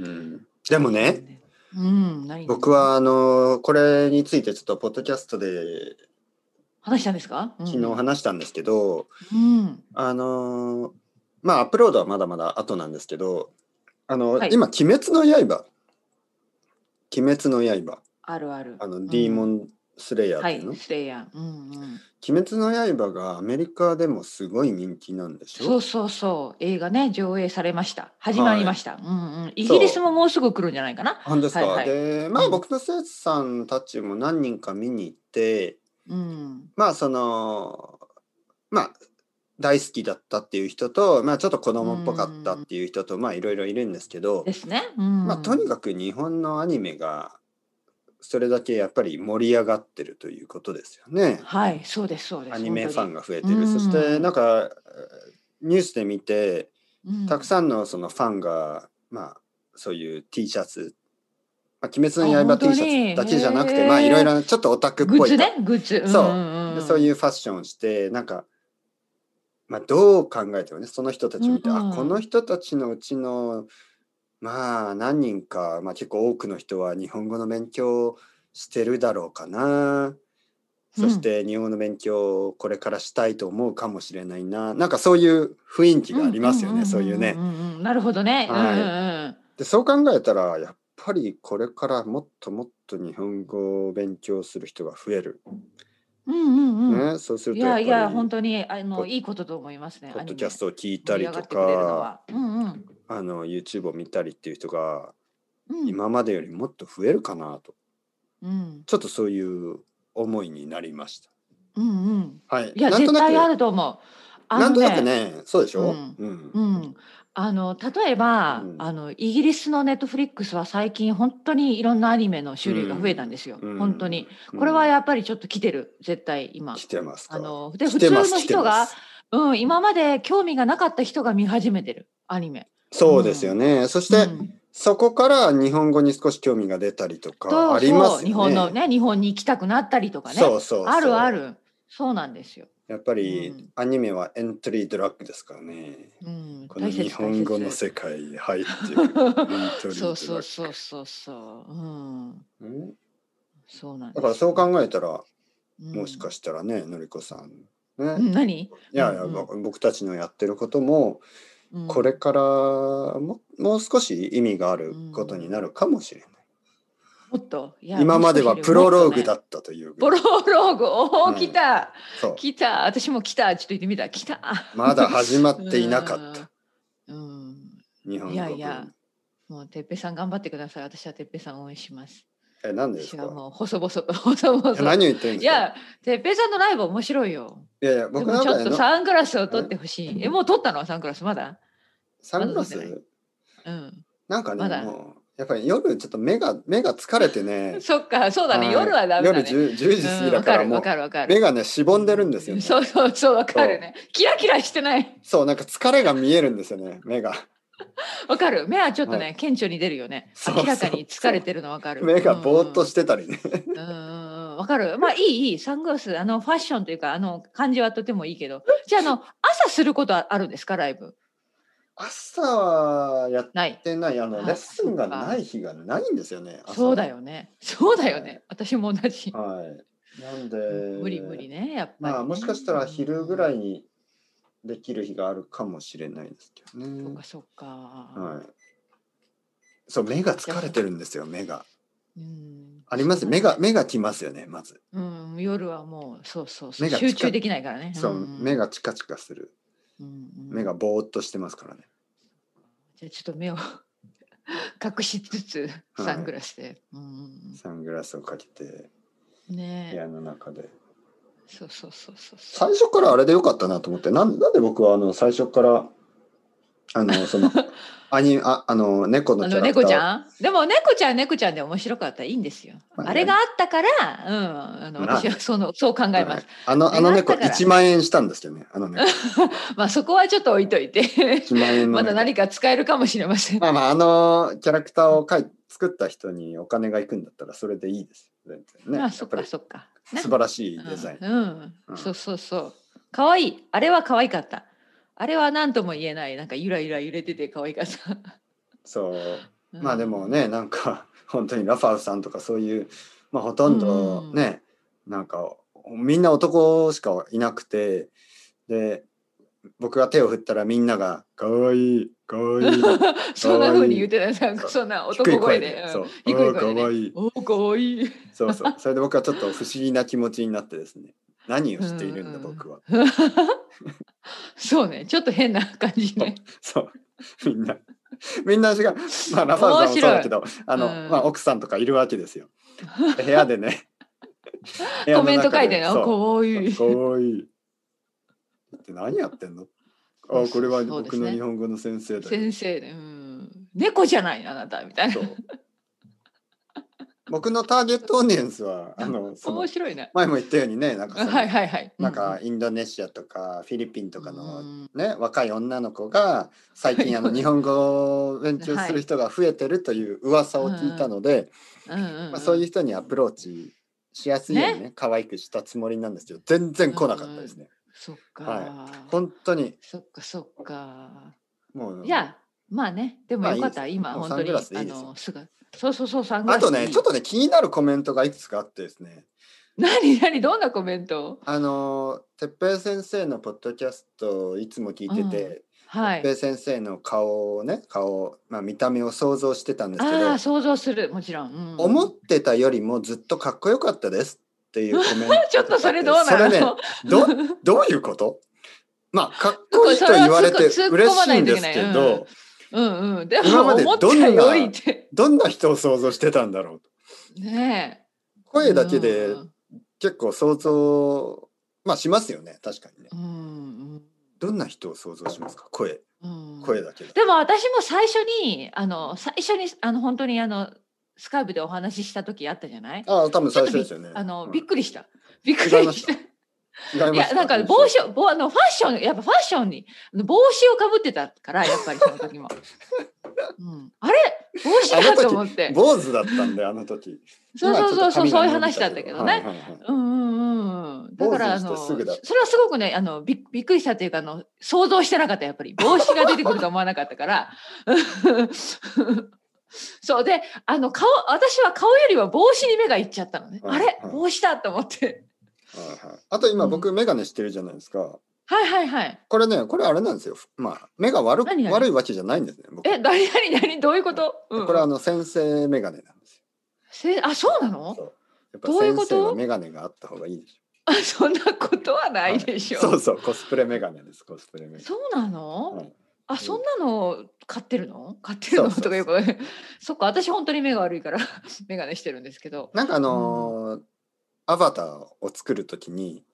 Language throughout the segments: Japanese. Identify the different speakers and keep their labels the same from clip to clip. Speaker 1: うんでもね、
Speaker 2: うん、何
Speaker 1: 僕はあのこれについてちょっとポッドキャストで
Speaker 2: 話したんですか、うん
Speaker 1: 昨日話したんですけど、
Speaker 2: うん、
Speaker 1: あのーまあアップロードはまだまだ後なんですけど、あの、
Speaker 2: はい
Speaker 1: 今、鬼滅の刃、鬼滅の刃、
Speaker 2: あるある。
Speaker 1: あの、ディーモ
Speaker 2: ン
Speaker 1: ンスレイヤーっ
Speaker 2: は
Speaker 1: ていう
Speaker 2: い
Speaker 1: の、、
Speaker 2: スレイヤー。うんうん、
Speaker 1: 鬼滅の刃がアメリカでもすごい人気なんでし
Speaker 2: そ
Speaker 1: ょ
Speaker 2: うそうそう、映画ね、上映されました。始まりました。うんうん、イギリスももうすぐ来るんじゃないかな。
Speaker 1: なんですか、
Speaker 2: はいはい
Speaker 1: でまあ
Speaker 2: うん
Speaker 1: 僕と生徒さんたちも何人か見に行って
Speaker 2: うん、
Speaker 1: まあそのまあ大好きだったっていう人と、まあ、ちょっと子供っぽかったっていう人と、まあいろいろいるんですけど、
Speaker 2: ですね。うん、
Speaker 1: まあ、とにかく日本のアニメがそれだけやっぱり盛り上がってるということですよね。
Speaker 2: はい、そうですそうです。
Speaker 1: アニメファン
Speaker 2: が
Speaker 1: が増えて
Speaker 2: う
Speaker 1: る。
Speaker 2: ん
Speaker 1: そしてなんかえーニュースで見てたく
Speaker 2: ん
Speaker 1: さんのそのファンが、まあ、そういう T シャツ、まあ、鬼滅の刃
Speaker 2: あ本当
Speaker 1: T
Speaker 2: に
Speaker 1: シャツだけじゃなく
Speaker 2: へ
Speaker 1: て
Speaker 2: ー
Speaker 1: まあいろいろなちょっとオタクっ
Speaker 2: グ
Speaker 1: ぽ
Speaker 2: ッ
Speaker 1: い
Speaker 2: ズ
Speaker 1: か
Speaker 2: ね、グッズ。
Speaker 1: そうんでそう
Speaker 2: う
Speaker 1: い
Speaker 2: ん。
Speaker 1: うファッションをしてなんか、まあ、どう考えてもねその人たちを見て、
Speaker 2: うん
Speaker 1: あこの人たちのうちのまあ何人か、まあ、結構多くの人は日本語の勉強をしてるだろうかなそして日本語の勉強をこれからしたいと思うかもしれないななんかそういう雰囲気がありますよね、そういうね
Speaker 2: ん。んうんなるほどね。うん
Speaker 1: はい
Speaker 2: うん
Speaker 1: でそう考えたらやっぱりこれからもっともっと日本語を勉強する人が増える。
Speaker 2: うんうんうんうん。
Speaker 1: ね、そうする
Speaker 2: い
Speaker 1: とやっ
Speaker 2: や
Speaker 1: ぱり
Speaker 2: いや本当にあの
Speaker 1: ポ
Speaker 2: いいことと思いますね。
Speaker 1: ポッドキャス
Speaker 2: ト
Speaker 1: トを聞いたりとか、
Speaker 2: うんうん。
Speaker 1: あの YouTube を見たりっていう人が
Speaker 2: うん、
Speaker 1: 今までよりもっと増えるかなと、
Speaker 2: うん
Speaker 1: ちょっとそういう思いになりました。
Speaker 2: うんうん。
Speaker 1: はい。
Speaker 2: いや
Speaker 1: なんと
Speaker 2: 絶
Speaker 1: なく
Speaker 2: 対あると思う。あの
Speaker 1: なんとなく。ね、そうでしょ。
Speaker 2: うん
Speaker 1: うん
Speaker 2: うん。あの例えば、
Speaker 1: うん
Speaker 2: あのイギリスのネットフリックスは最近本当にいろんなアニメの種類が増えたんですよ。
Speaker 1: うん
Speaker 2: 本当に、これは
Speaker 1: や
Speaker 2: やっぱりちょっと来てる絶対今
Speaker 1: 来。てますか。
Speaker 2: あので
Speaker 1: 来
Speaker 2: 普
Speaker 1: て
Speaker 2: 通
Speaker 1: ま
Speaker 2: の
Speaker 1: す
Speaker 2: 人が
Speaker 1: 来てます
Speaker 2: うん今まで興味がなかった人が見始めてるアニメ。
Speaker 1: そうですよね。そして、
Speaker 2: うん
Speaker 1: そこから日本語に少し興味が出たりと
Speaker 2: そう
Speaker 1: かあります
Speaker 2: そ
Speaker 1: よ
Speaker 2: う
Speaker 1: ね。
Speaker 2: 日本のね日本に行きたくなったりとかね
Speaker 1: そうそうそう
Speaker 2: あるあ。るそうなんですよ、
Speaker 1: やっぱ
Speaker 2: う
Speaker 1: り
Speaker 2: ん
Speaker 1: アニメはエントリードラッグですからね。
Speaker 2: うん、
Speaker 1: この日本語の世界に入っていくエントリードラッグ。
Speaker 2: そうそうそうそうそううん
Speaker 1: うん
Speaker 2: そうなんです
Speaker 1: だからそう考えたら、
Speaker 2: うん
Speaker 1: もしかしたらね、のりこさん。ね、
Speaker 2: うん何、
Speaker 1: いやいや、
Speaker 2: うんうん
Speaker 1: ぼ僕たちのやってることも、
Speaker 2: うん
Speaker 1: これからももう少し意味があることになるかもしれない。
Speaker 2: もっといや
Speaker 1: 今まではプロローグだ
Speaker 2: た、
Speaker 1: ったという、
Speaker 2: プロローグおお、
Speaker 1: うん
Speaker 2: 来た
Speaker 1: そう
Speaker 2: 来た私も来たちょっと言ってみた来た
Speaker 1: まだ始まっていなかった
Speaker 2: たうん
Speaker 1: 日本語
Speaker 2: いやい
Speaker 1: 文
Speaker 2: やもうてっぺいさん頑張ってください私はてっぺいさん応援します
Speaker 1: え何です
Speaker 2: 私
Speaker 1: か
Speaker 2: はもう細々と細々
Speaker 1: い
Speaker 2: と
Speaker 1: や何を言ってるん
Speaker 2: い
Speaker 1: ですか
Speaker 2: や、てっぺいさんのライブ面白いよ。
Speaker 1: いやいや
Speaker 2: で
Speaker 1: 僕
Speaker 2: も
Speaker 1: の
Speaker 2: ちょ
Speaker 1: 中
Speaker 2: っ
Speaker 1: で
Speaker 2: と
Speaker 1: の
Speaker 2: サングラスを取ってほしい。え、もう取ったのサングラスまだ
Speaker 1: サングラス
Speaker 2: まだ撮ってうん。
Speaker 1: なんかね、
Speaker 2: まだ
Speaker 1: もうやっぱり夜ちょっと目が目が疲れてね
Speaker 2: そっか、そうだね。
Speaker 1: はい
Speaker 2: 夜はダメだね。
Speaker 1: 夜 10, 時過ぎだから
Speaker 2: うん
Speaker 1: も
Speaker 2: わ
Speaker 1: う
Speaker 2: かるわかるわかる。
Speaker 1: 目がねしぼんでるんですよ、ね、
Speaker 2: そうそうそう、わかるね。キラキラしてない。
Speaker 1: そうなんか疲れが見えるんですよね目が
Speaker 2: わかる。目はちょっと
Speaker 1: は
Speaker 2: ね、顕著に出るよね。
Speaker 1: そうそう
Speaker 2: 明らかに疲れてるのわかる。。
Speaker 1: 目がぼーっとしててたりね
Speaker 2: うんうんうんわかる。まあいいいい。サングラス、あの、ファッションというか、あの、感じはとてもいいけど。じゃあ、あの、朝することはあるんですかライブ。
Speaker 1: 朝はやっ
Speaker 2: ない。
Speaker 1: てないあの
Speaker 2: あ
Speaker 1: レッスンがない日がないんですよね朝
Speaker 2: そうだよね。そうだよね。私も同じ。
Speaker 1: はいなんで
Speaker 2: 無理無理ねやっぱりね、
Speaker 1: まあもしかしたら昼ぐら
Speaker 2: う
Speaker 1: い
Speaker 2: ん
Speaker 1: にできる日があるかもしれないですけど
Speaker 2: そう
Speaker 1: ね
Speaker 2: かそうか、
Speaker 1: はいそう目が疲れてるんですよ目が
Speaker 2: うん
Speaker 1: あります目が目がきますよねまず
Speaker 2: うん夜はもうそうそうそう
Speaker 1: 目が
Speaker 2: 集
Speaker 1: 近
Speaker 2: 中
Speaker 1: い
Speaker 2: できないからね
Speaker 1: そう、
Speaker 2: ん
Speaker 1: 目、がチカチカする
Speaker 2: うんうん
Speaker 1: 目がぼーっとしてますからね
Speaker 2: じゃあちょっと目を 隠しつつ
Speaker 1: はい
Speaker 2: サングラスで、うんうん
Speaker 1: サングラスをかけて
Speaker 2: うん
Speaker 1: 部
Speaker 2: ねえ
Speaker 1: 屋の中で
Speaker 2: そうそうそうそうそう
Speaker 1: 最初からあれでよかったなと思ってなんなんで僕はあの最初からあのそ のアニああの猫の
Speaker 2: あ
Speaker 1: キャ
Speaker 2: の
Speaker 1: ラク
Speaker 2: 猫ち
Speaker 1: ター
Speaker 2: ゃんでも猫ちゃん猫ちゃんで面白かったらいいんですよ、
Speaker 1: まあね
Speaker 2: あれがあったから、うん、あの
Speaker 1: まあ
Speaker 2: 私はそのそう考えます、
Speaker 1: はいあのあの猫
Speaker 2: あれがあったから
Speaker 1: 1万円したんですけどねあの猫
Speaker 2: まあそこはちょっと置いといて
Speaker 1: 1万円の
Speaker 2: ま
Speaker 1: 猫
Speaker 2: だ何か使えるかもしれません
Speaker 1: まあまああのキャラクターを描い作った人にお金がいくんだったらそれでいいです全然ね
Speaker 2: あ
Speaker 1: や
Speaker 2: あ、
Speaker 1: っ
Speaker 2: そっ
Speaker 1: ぱ
Speaker 2: か
Speaker 1: り
Speaker 2: そっか。ね
Speaker 1: 素晴らしいデザイン、
Speaker 2: うん、うん
Speaker 1: うん
Speaker 2: そうそうそう。可愛いあれは可愛かった。あれは何とも言えない。なんかゆらゆら揺れてて可愛かった。
Speaker 1: そう
Speaker 2: うん
Speaker 1: まあでもねなんか 本当にラファウさんとかそういう、まあ、ほとんどね、なんかみんな男しかいなくてで僕が手を振ったらみんなが「かわいいかわいい」
Speaker 2: そんな風に言ってたよなんかそんな
Speaker 1: 低 い
Speaker 2: 男
Speaker 1: 声
Speaker 2: 声で
Speaker 1: で「そううんあ
Speaker 2: 低い声
Speaker 1: ー
Speaker 2: で
Speaker 1: か
Speaker 2: ね
Speaker 1: わいい」
Speaker 2: おかわいい
Speaker 1: そうそうそれで僕はちょっと不思議な気持ちになってですね何をしているんだ
Speaker 2: うんうん
Speaker 1: 僕は
Speaker 2: そうねちょっと変な感じね
Speaker 1: そうみんなみんな違う、まあ、ラファウさんもそうだけどあの、
Speaker 2: うん
Speaker 1: まあ、奥さんとかいるわけですよで部屋でね 部屋
Speaker 2: コ
Speaker 1: の中
Speaker 2: メ
Speaker 1: で
Speaker 2: ント書いてね
Speaker 1: そう
Speaker 2: おかわいい
Speaker 1: かわいい。って何やってんのあこれは
Speaker 2: そうで
Speaker 1: 僕
Speaker 2: すね
Speaker 1: の日本語の先生だよ。
Speaker 2: 先生でうん猫じゃないあなたみたいな
Speaker 1: そう僕のターゲットオーディエンスはあのその
Speaker 2: 面白いな
Speaker 1: 前も言ったようにねなんかその
Speaker 2: はいはいはい
Speaker 1: なんかインドネシアとかフィリピンと
Speaker 2: と
Speaker 1: かの、ね、若い女の子が最近あの日本語を勉強する人が増えてるという噂を聞いたので、まあ、そういう人にアプローチしやすいようにね可愛くしたつもりなんですけど全然来なかったですね。
Speaker 2: そっ
Speaker 1: は
Speaker 2: か
Speaker 1: 本当に
Speaker 2: そっかそっか
Speaker 1: もう
Speaker 2: いやまあねでもよかった、今
Speaker 1: もう
Speaker 2: 本当に
Speaker 1: サングラスでいいです
Speaker 2: あ
Speaker 1: よ
Speaker 2: のすぐそうそうそうサング
Speaker 1: あ
Speaker 2: ラス
Speaker 1: とね、ちょっ
Speaker 2: と
Speaker 1: とね、気になるコメントがいくつかあってですね、
Speaker 2: 何何どんなコメント
Speaker 1: あのー、哲平先生のポッドキャストをいつも聞いてて、
Speaker 2: はい
Speaker 1: 哲平先生の顔をね、顔を、まあ、見た目を想像してたんですけ
Speaker 2: あ
Speaker 1: ど
Speaker 2: あ、想像するもちろん、うん、
Speaker 1: 思ってたよりもずっとかっこよかったですっていうコメントがあって。
Speaker 2: ちょっとそれどうなの
Speaker 1: それね、 ど、どういうことまあ、かっこいいと
Speaker 2: それは
Speaker 1: 言われて
Speaker 2: 突っ込
Speaker 1: 嬉
Speaker 2: ま
Speaker 1: し
Speaker 2: ないい
Speaker 1: ん
Speaker 2: とい
Speaker 1: で
Speaker 2: け
Speaker 1: す
Speaker 2: ない
Speaker 1: けど、
Speaker 2: うんうんで
Speaker 1: 今
Speaker 2: も
Speaker 1: まで
Speaker 2: 思った
Speaker 1: どんな
Speaker 2: よりって
Speaker 1: どんな人を想像してたんだろうと。
Speaker 2: ねえ
Speaker 1: 声だけで
Speaker 2: うん
Speaker 1: 結構想像、まあしますよね、確かにね。
Speaker 2: うん
Speaker 1: どんな人を想像しますか声
Speaker 2: うん
Speaker 1: 声だけで、
Speaker 2: でも私も最初にあの最初にあの本当にあのスカイプでお話しした時あったじゃない
Speaker 1: ああ多分最初ですよね
Speaker 2: あの、
Speaker 1: うん
Speaker 2: びっくりしたびっく
Speaker 1: 違い
Speaker 2: り
Speaker 1: まし
Speaker 2: したた
Speaker 1: 違いま
Speaker 2: い
Speaker 1: し
Speaker 2: や
Speaker 1: た
Speaker 2: なんか帽子をぼあのファッションやっぱファッションにあの帽子をかぶってたからやっぱりその時 も、うん、あれ帽子
Speaker 1: あの
Speaker 2: だ
Speaker 1: 時
Speaker 2: と思って
Speaker 1: 坊主だったんであの時
Speaker 2: そうそうそうそう
Speaker 1: 今
Speaker 2: そういう
Speaker 1: ちょっと髪が伸び
Speaker 2: 話だったけどね、
Speaker 1: はいはいはい
Speaker 2: うんうんうんうんだからあの
Speaker 1: 坊主にしてすぐだ
Speaker 2: それはすごくねあのびっびっくりしたというかあの想像してなかったやっぱり帽子が出てくると思わなかったから そうであの顔私は顔よりは帽子に目がいっちゃったのね、
Speaker 1: はい
Speaker 2: あれ
Speaker 1: はい
Speaker 2: 帽子だと思って
Speaker 1: はいはいあと今僕眼鏡してるじゃないですか
Speaker 2: はいはいはい
Speaker 1: これねこれあれなんですよまあ目が悪く
Speaker 2: 何何
Speaker 1: 悪いわけじゃないんですね僕
Speaker 2: え何何何どういうこと、うんうん
Speaker 1: これはあの先生眼鏡なんです
Speaker 2: せあそうな
Speaker 1: よ
Speaker 2: の
Speaker 1: そうやっぱ
Speaker 2: どういうこ
Speaker 1: 先
Speaker 2: と
Speaker 1: 生は眼鏡があった方がいいでし
Speaker 2: あそんなことはないでし
Speaker 1: ょ
Speaker 2: ょ、
Speaker 1: そうそうコスプレ眼鏡ですコスプレ眼鏡
Speaker 2: そうなの、
Speaker 1: はい
Speaker 2: あそんなの買ってるの買ってるの
Speaker 1: そうそうそう
Speaker 2: とかよ くそっか私本当に目が悪いから 眼鏡してるんですけど
Speaker 1: なんかあのーアバターを作るときに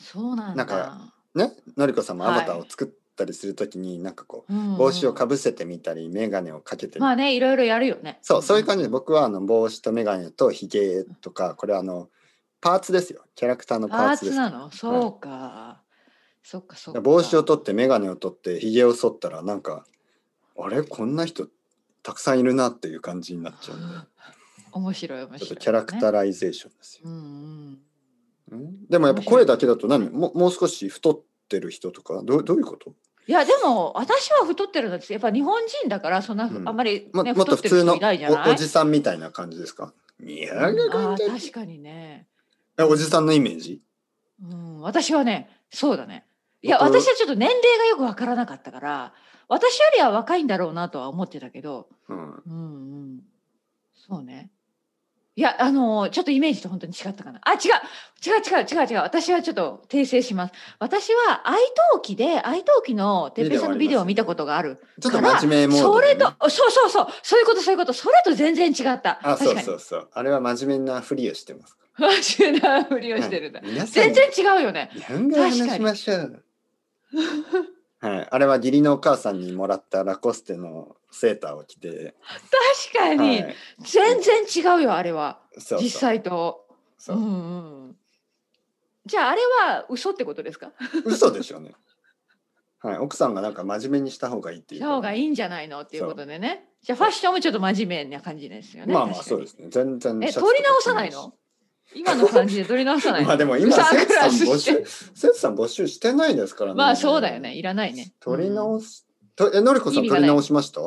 Speaker 2: そうなんだ
Speaker 1: なんかね、のりこさんもアバターを作ったりするときに、なんかこ
Speaker 2: うんう
Speaker 1: う、
Speaker 2: ん
Speaker 1: 帽子をかぶせてみたり、眼鏡をかけてみたり、
Speaker 2: まあねいろいろやるよね
Speaker 1: そう、そういう感じで、
Speaker 2: ん
Speaker 1: 僕はあの帽子と眼鏡とひげとか、これあの、パーツですよ。キャラクターのパ
Speaker 2: パ
Speaker 1: ー
Speaker 2: ー
Speaker 1: ツで
Speaker 2: ツ
Speaker 1: す。
Speaker 2: なのそうか、そっかそっか
Speaker 1: 帽子を取って、眼鏡を取って、ひげを剃ったら、なんか、あれこんな人、たくさんいるなっていう感じになっちゃうんで、
Speaker 2: 面白い面白い、ね、
Speaker 1: ちょっとキャラクタライゼーションですよ。
Speaker 2: うんうん
Speaker 1: うんでもやっぱ声だけだと何、もうもう少し太ってる人とか、どうどういうこと
Speaker 2: いやでも私は太ってるんですやっぱ日本人だからそんな、
Speaker 1: うん
Speaker 2: あんまり、ね
Speaker 1: ももっ
Speaker 2: 太
Speaker 1: と普
Speaker 2: ってる
Speaker 1: 通の
Speaker 2: 人いないじゃない
Speaker 1: おおじさんみたいな感じですかいや
Speaker 2: うんあ
Speaker 1: 感じ
Speaker 2: ー確かにね
Speaker 1: えおじさんのイメージ
Speaker 2: うん、私はね、そうだね。いや、
Speaker 1: 僕
Speaker 2: 私はちょっと年齢がよくわからなかったから、私よりは若いんだろうなとは思ってたけど、
Speaker 1: うん
Speaker 2: うんうん。そうね。いや、あのーちょっとイメージと本当に違ったかな。あ、違う違う違う違う違う。私はちょっと訂正します。私は愛登記で、愛登記のてっぺいさんのビデオを見たことがある。
Speaker 1: ちょっと真面目モード
Speaker 2: そ
Speaker 1: でね、
Speaker 2: れと、そうそうそう、そういうことそういうこと、それと全然違った。
Speaker 1: あ
Speaker 2: 確
Speaker 1: そう
Speaker 2: かに
Speaker 1: そ。うそうあれは真面目なふりをしてますか
Speaker 2: 不 安なふり
Speaker 1: ら
Speaker 2: をしてるんだ
Speaker 1: は。い皆さ
Speaker 2: 全
Speaker 1: ん
Speaker 2: 然違うよね。
Speaker 1: 日本語を話しましょうはいあれは義理のお母さんにもらったラコステのセーターを着て、
Speaker 2: 確か
Speaker 1: は
Speaker 2: に。
Speaker 1: い、
Speaker 2: 全然違うよあれは
Speaker 1: そうそう
Speaker 2: 実際と
Speaker 1: そう、
Speaker 2: んうん、じゃああれは嘘ってことですか
Speaker 1: 嘘でしょうねはい奥さんがなんか真面目にした方がいいっていう
Speaker 2: した方がい
Speaker 1: い
Speaker 2: いんじゃないのっていうことでねじゃあファッションもちょっと真面目な感じですよね
Speaker 1: まあまあそうですすね全然
Speaker 2: え
Speaker 1: シャツと
Speaker 2: 取
Speaker 1: か
Speaker 2: り直さない
Speaker 1: 着し
Speaker 2: の今の感じで取り直さないの
Speaker 1: まあでも今
Speaker 2: サン
Speaker 1: セツ
Speaker 2: グ
Speaker 1: さ
Speaker 2: ラ
Speaker 1: ん
Speaker 2: ス
Speaker 1: 募
Speaker 2: して
Speaker 1: 集セツさん募集してないですからね。
Speaker 2: まあそうだよね。いらないね
Speaker 1: 取り
Speaker 2: うん
Speaker 1: 直す。とえのりこさん
Speaker 2: 意味が
Speaker 1: 取
Speaker 2: ない
Speaker 1: り直しました？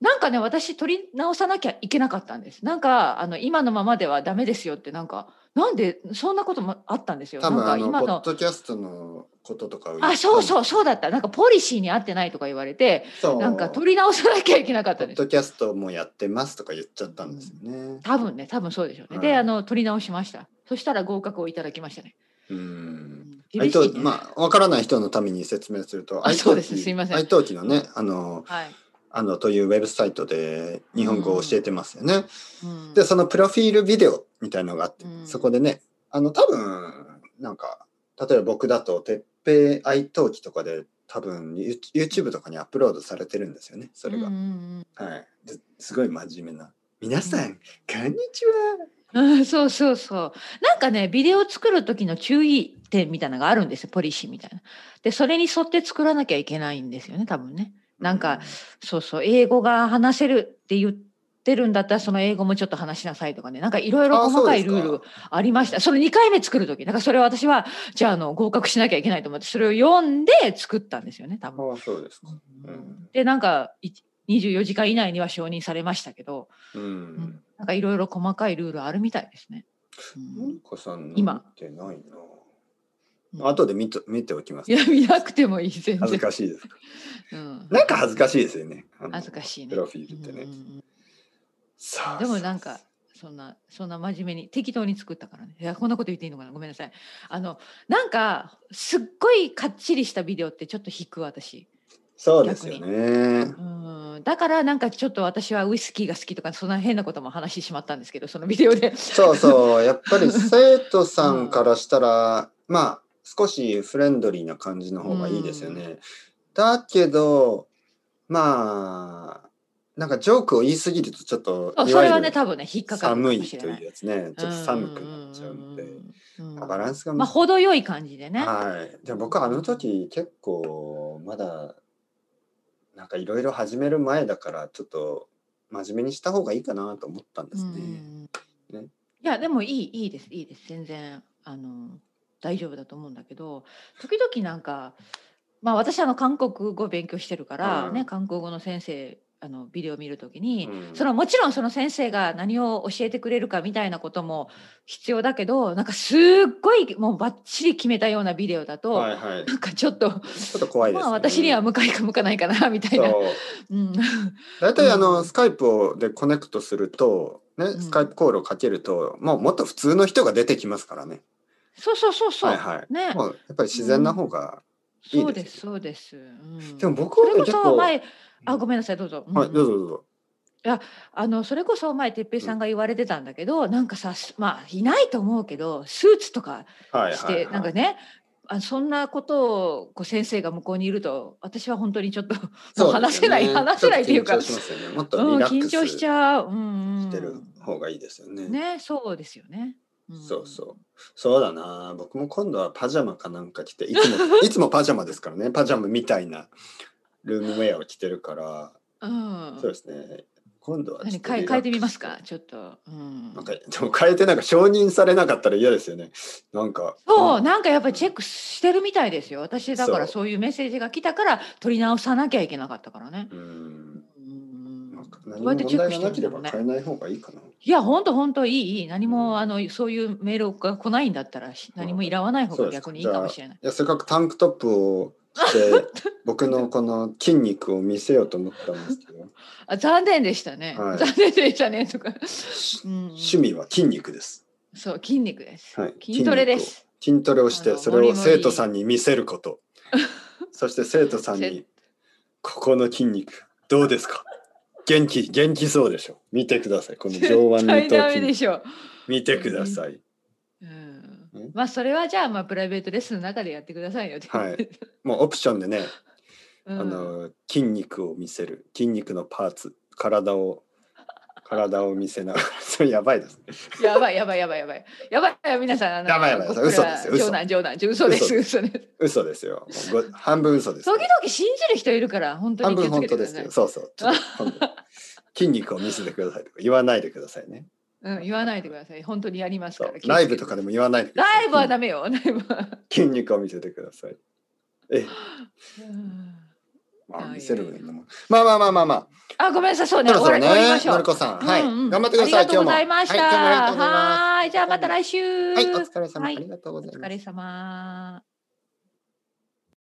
Speaker 2: なんかね私取り直さなきゃいけなかったんですなんかあの今のままではダメですよってなんかなんでそんなこともあったんですよ
Speaker 1: 多
Speaker 2: なん
Speaker 1: 分
Speaker 2: か
Speaker 1: あの
Speaker 2: 今
Speaker 1: ポ
Speaker 2: の
Speaker 1: ッドキャストのこととかを言ったん
Speaker 2: あそうそうそううだったなんかポリシーに合ってないとか言われて
Speaker 1: そう
Speaker 2: なんか取り直さなきゃいけなかっ
Speaker 1: ポ
Speaker 2: た
Speaker 1: ッ
Speaker 2: です
Speaker 1: ドキャストもやってますとか言っちゃったんですよね。
Speaker 2: 多分ね多分そうでしょうね、
Speaker 1: うん
Speaker 2: であの取り直しましたそしたら合格をいただきましたね、
Speaker 1: う。
Speaker 2: うんん、
Speaker 1: 愛
Speaker 2: 厳しい
Speaker 1: 闘
Speaker 2: ね、
Speaker 1: まあわからない人のために説明すると、
Speaker 2: あ
Speaker 1: 愛
Speaker 2: そう
Speaker 1: 闘
Speaker 2: ですすいません
Speaker 1: 愛闘記のねあの
Speaker 2: はい、
Speaker 1: あのというウェブサイトで日本語を教えてますよね。
Speaker 2: うん
Speaker 1: でそのプロフィールビデオみたいのがあって、
Speaker 2: うん
Speaker 1: そこでねあの多分なんか例えば僕だと「鉄平愛闘記」とかで多分 You- YouTube とかにアップロードされてるんですよねそれが、
Speaker 2: うんうん
Speaker 1: はいですごい真面目な「皆さん、
Speaker 2: う
Speaker 1: こんにちは
Speaker 2: うんうんそうそうそうなんかねビデオ作る時の注意点みたいなのがあるんですよポリシーみたいなでそれに沿って作らなきゃいけないんですよね多分ね」なんかそうそう英語が話せるって言ってるんだったらその英語もちょっと話しなさいとかねなんかいろいろ
Speaker 1: あ
Speaker 2: 細かい
Speaker 1: そ
Speaker 2: ル
Speaker 1: うです
Speaker 2: ール
Speaker 1: か
Speaker 2: ありましたその2回目作る時だからそれは私はじゃああの合格しなきゃいけないと思ってそれを読んで作ったんですよね多分。
Speaker 1: ああそうですかん
Speaker 2: でなんかい24時間以内には承認されましたけど
Speaker 1: うん、
Speaker 2: なんかいろいろ細かいルールあるみたいですね。うん
Speaker 1: のりこさんの
Speaker 2: 今
Speaker 1: 見てないな、
Speaker 2: うん
Speaker 1: 後で見と見ておきます
Speaker 2: いや見なくてもいい全
Speaker 1: 恥ず
Speaker 2: 然。
Speaker 1: かしいです
Speaker 2: うん
Speaker 1: なんか恥ずかしいですよねあの
Speaker 2: 恥ずかしいね。
Speaker 1: プロフィールってね、
Speaker 2: うんうんうん
Speaker 1: さあ
Speaker 2: でもなんかそんなそんな真面目に適当に作ったからねいやこんなこと言っていいのかなごめんなさいあのなんかすっごいかっちりしたビデオってちょっと引く私
Speaker 1: そうですよね
Speaker 2: うんだからなんかちょっと私はウイスキーが好きとかそんな変なことも話してしまったんですけどそのビデオで
Speaker 1: そ うそう、やっぱり生徒さんからしたら、まあ、少しフレンドリーな感じの方がいいですよね。だけど、まあ、なんかジョークを言いすぎるとちょっと、
Speaker 2: そう
Speaker 1: い
Speaker 2: そ
Speaker 1: わ
Speaker 2: れ
Speaker 1: ゆ
Speaker 2: は
Speaker 1: る
Speaker 2: ね多分ね引っかかるかも
Speaker 1: 寒い
Speaker 2: しれ
Speaker 1: と
Speaker 2: ない
Speaker 1: いうやつね、ちょっと寒くなっちゃうんで、
Speaker 2: うんうんうんうん
Speaker 1: バランスが
Speaker 2: まあ程よい感じでね、
Speaker 1: はい。でも僕あの時結構まだなんかいろいろ始める前だからちょっと真面目にした方がいいかなと思ったんですね。
Speaker 2: うん
Speaker 1: ね
Speaker 2: いやでもいいいいですいいです全然あの大丈夫だと思うんだけど時々なんかまあ私あの韓国語勉強してるから、
Speaker 1: うん
Speaker 2: ね韓国語の先生あのビデオ見るときに、
Speaker 1: うん
Speaker 2: そのもちろんその先生が何を教えてくれるかみたいなことも必要だけどなんかすっごいもうバッチリ決めたようなビデオだと、
Speaker 1: はいはい。
Speaker 2: なんかちょっと
Speaker 1: ちょっと怖いです、ね。
Speaker 2: まあ私には向かいか向かないかなみたいな。
Speaker 1: そう
Speaker 2: うん、
Speaker 1: 大体あの、
Speaker 2: うん
Speaker 1: スカイプをでコネクトすると、ね、
Speaker 2: ん
Speaker 1: スカイプコールをかけると、もうもっと普通の人が出てきますからね。
Speaker 2: そうそうそうそう。
Speaker 1: はいはい。
Speaker 2: ね、
Speaker 1: もうやっぱり自然な方が、い
Speaker 2: そう
Speaker 1: い
Speaker 2: で
Speaker 1: ですす
Speaker 2: そうです。うん
Speaker 1: でも僕は
Speaker 2: それこ
Speaker 1: 結
Speaker 2: そ
Speaker 1: 構
Speaker 2: 前あごめんなさいどうぞ。
Speaker 1: はい、
Speaker 2: うん
Speaker 1: どうぞどうぞ。
Speaker 2: あのそれこそ前哲平さんが言われてたんだけど、なんかさすまあいないと思うけどスーツとか
Speaker 1: はい
Speaker 2: して、
Speaker 1: はい、はい。
Speaker 2: なんかね。あそんなことをこう先生が向こうにいると私は本当にちょっともう
Speaker 1: そうで
Speaker 2: 話
Speaker 1: す
Speaker 2: せ
Speaker 1: よ
Speaker 2: な
Speaker 1: ね
Speaker 2: い、話せないっていうか
Speaker 1: ちょっと緊張しますよね。もっと
Speaker 2: うん
Speaker 1: リラッ
Speaker 2: 緊
Speaker 1: クス
Speaker 2: 張しちゃう、うんうん、
Speaker 1: してる方がいいですよね。
Speaker 2: ねそうですよね、ん
Speaker 1: そうそう。そうだな。僕も今度はパジャマかなんか着て、いつ もいつもパジャマですからね。パジャマみたいなルームウェアを着てるから、
Speaker 2: う、ん、
Speaker 1: そうですね。今度は
Speaker 2: 何
Speaker 1: ちょっとリ
Speaker 2: 変え
Speaker 1: ラックス
Speaker 2: 変えてみますかちょっと、うん、
Speaker 1: なんかでも変えてなんか承認されなかったら嫌ですよね。なんか
Speaker 2: そう、
Speaker 1: ん
Speaker 2: なんかやっぱりチェックしてるみたいですよ。私だから
Speaker 1: そ
Speaker 2: そういうメッセージが来たから取り直さなきゃいけなかったからね。
Speaker 1: うん
Speaker 2: うん
Speaker 1: なんか
Speaker 2: ど
Speaker 1: 何
Speaker 2: う
Speaker 1: も
Speaker 2: やって
Speaker 1: 問
Speaker 2: チェックし
Speaker 1: 題が
Speaker 2: て
Speaker 1: な
Speaker 2: る
Speaker 1: け
Speaker 2: ん
Speaker 1: れ
Speaker 2: だろ
Speaker 1: ば
Speaker 2: うね。
Speaker 1: 変えない方がいいかな。
Speaker 2: いや、本当本当いい、いい。何も、あの、そういうメールが来ないんだったら、し何もいらわない方
Speaker 1: そう
Speaker 2: が
Speaker 1: です
Speaker 2: 逆にいいかもしれない。
Speaker 1: いやせっかくタンクトップを着て 僕のこの筋肉を見せようと思ったんですけど、
Speaker 2: あ残念でしたね、
Speaker 1: はい
Speaker 2: 残念でしたねとか。うん
Speaker 1: 趣味は筋肉です。
Speaker 2: そう、筋肉です。
Speaker 1: はい。
Speaker 2: 筋トレです。
Speaker 1: 筋トレを。筋トレ
Speaker 2: あ
Speaker 1: を
Speaker 2: の
Speaker 1: してそれ
Speaker 2: モ
Speaker 1: を
Speaker 2: リモリ
Speaker 1: 生徒さんに見せ ること。そして生徒さんに
Speaker 2: せ
Speaker 1: ここの筋肉どうですか。元気元気そうでしょ。見てくださいこの上腕二
Speaker 2: 絶対ダ
Speaker 1: 頭
Speaker 2: メ
Speaker 1: 筋
Speaker 2: でしょ。
Speaker 1: 見てください。
Speaker 2: うん
Speaker 1: うん
Speaker 2: まあ、それはじゃあ、まあ、プライベートレッスンの中でやってくださいよって。
Speaker 1: はいもうオプションでね
Speaker 2: うん
Speaker 1: あの筋肉を見せる筋肉のパーツ体を体を見せながら それやばいですね
Speaker 2: やばいやばいやばいやばい。やばいよ皆さん。あの
Speaker 1: やばいやばい
Speaker 2: これは
Speaker 1: 嘘ですよ嘘
Speaker 2: 冗談冗談嘘です嘘です。
Speaker 1: 嘘ですよもうご半分嘘です
Speaker 2: 時々信じる人いるから本当
Speaker 1: 半
Speaker 2: に気をつ
Speaker 1: 分本
Speaker 2: けて
Speaker 1: 当
Speaker 2: くだ
Speaker 1: です
Speaker 2: さい
Speaker 1: よ。そうそうちょっと今度筋肉を見せてくださいとか言わないでくださいね
Speaker 2: うん言わないでください本当にやります
Speaker 1: そ
Speaker 2: か
Speaker 1: う
Speaker 2: ら。
Speaker 1: ライブとかで
Speaker 2: も。
Speaker 1: も言わないでください
Speaker 2: ライブはダメよライブは。
Speaker 1: 筋肉を見せてくださいええ
Speaker 2: うん
Speaker 1: まあ
Speaker 2: はい
Speaker 1: 見せるんだもんまあまあまあまあまあ
Speaker 2: あ、ごめんなさい、そうね。
Speaker 1: そろそろ
Speaker 2: 終わり終わり
Speaker 1: ね
Speaker 2: ま、しょう
Speaker 1: のりこさん。はい、
Speaker 2: うんうん
Speaker 1: 頑張ってください。
Speaker 2: ありがとうございました。
Speaker 1: 今日もはい今日もありがとうございます
Speaker 2: はーい、じゃあまた来週。
Speaker 1: はい、お疲れ様、
Speaker 2: はい
Speaker 1: ありがとうござい
Speaker 2: お
Speaker 1: ま
Speaker 2: 疲
Speaker 1: す
Speaker 2: れ。様。